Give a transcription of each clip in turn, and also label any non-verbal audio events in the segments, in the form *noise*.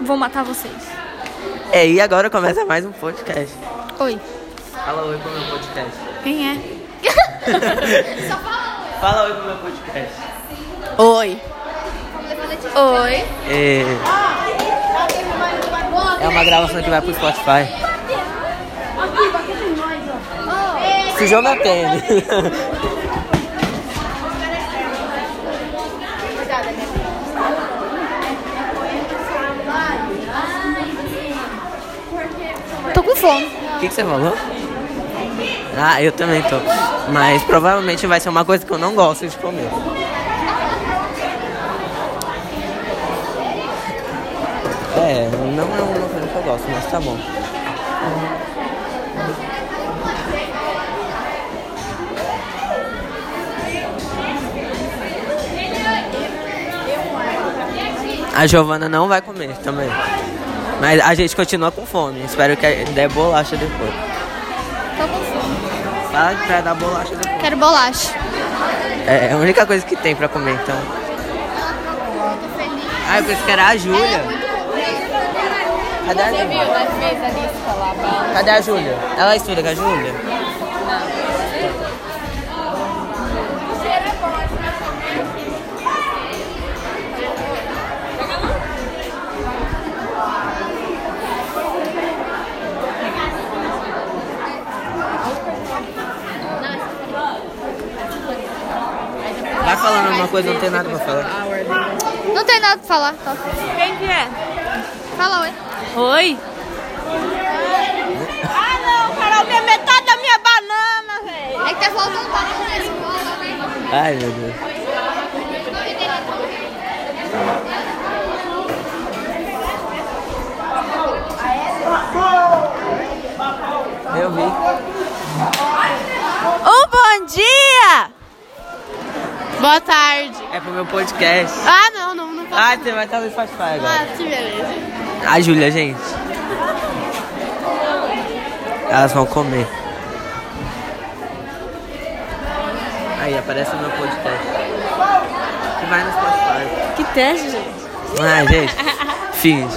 Vou matar vocês. É, e agora começa mais um podcast. Oi. Fala oi pro meu podcast. Quem é? Fala oi pro meu podcast. *laughs* Oi. Oi. É, é uma gravação que vai pro Spotify. Sujou meu tênis. Tô com fome. O que, que você falou? Ah, eu também tô. Mas provavelmente vai ser uma coisa que eu não gosto de comer. É, não é uma coisa que eu gosto, mas tá bom. A Giovana não vai comer também. Mas a gente continua com fome. Espero que dê bolacha depois. Tô com fome. Fala que vai dar bolacha depois. Quero bolacha. É a única coisa que tem pra comer, então. Ah, eu pensei que era a Júlia. Cadê a Júlia? Às vezes ali falar bala. Cadê a Júlia? Ela estuda com a Júlia? Vai falando uma coisa, não tem nada pra falar. Não tem nada pra falar. Tá. Quem que é? Fala oi. Oi. Ah não, Carol, tem metade da minha banana, velho. É que tá faltando banana na escola, né? Ai, meu Deus. Eu vi. Um bom dia! Boa tarde. É pro meu podcast. Ah não, não, não Ah, você vai estar no Spotify Ah, agora. que beleza. A Júlia, gente. Elas vão comer. Aí aparece o meu podcast. Que vai no Spotify. Que teste, gente. Ah, gente. Finge.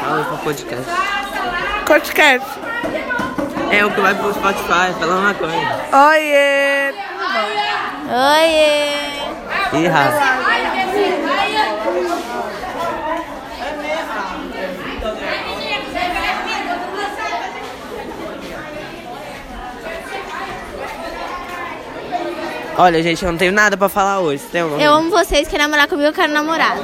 Fala aí pro podcast. Podcast. É o que vai pro Spotify, fala uma coisa. Oiê. Oiê. Ih, Rafa. Olha, gente, eu não tenho nada pra falar hoje. Tem alguma Eu amo vocês, quer namorar comigo, eu quero namorar.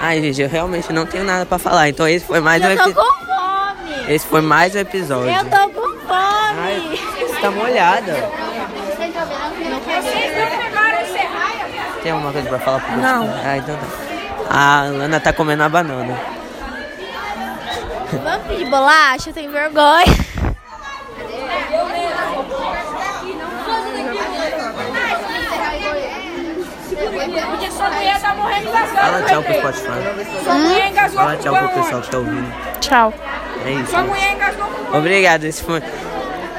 Ai, gente, eu realmente não tenho nada pra falar. Então esse foi mais um Eu tô episódio. com fome. Esse foi mais um episódio. Eu tô com Ai, fome. você tá molhada. Tem alguma coisa pra falar? Pro não. Ah, então tá. A Lana tá comendo a banana. Vamos pedir bolacha, eu tenho vergonha. *laughs* Porque sua mulher tá morrendo engasgada. Fala tchau pro Pepe. Spotify. Sua mulher engasgou Fala com tchau pro pão, pessoal que tá ouvindo. Tchau. É isso. Sua mulher engasgou com pão. Obrigado, esse foi.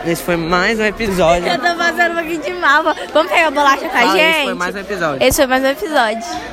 Esse foi mais um episódio. Eu tô fazendo um pouquinho de mal. Vamos pegar bolacha com a Fala, gente? esse foi mais um episódio. Esse foi mais um episódio.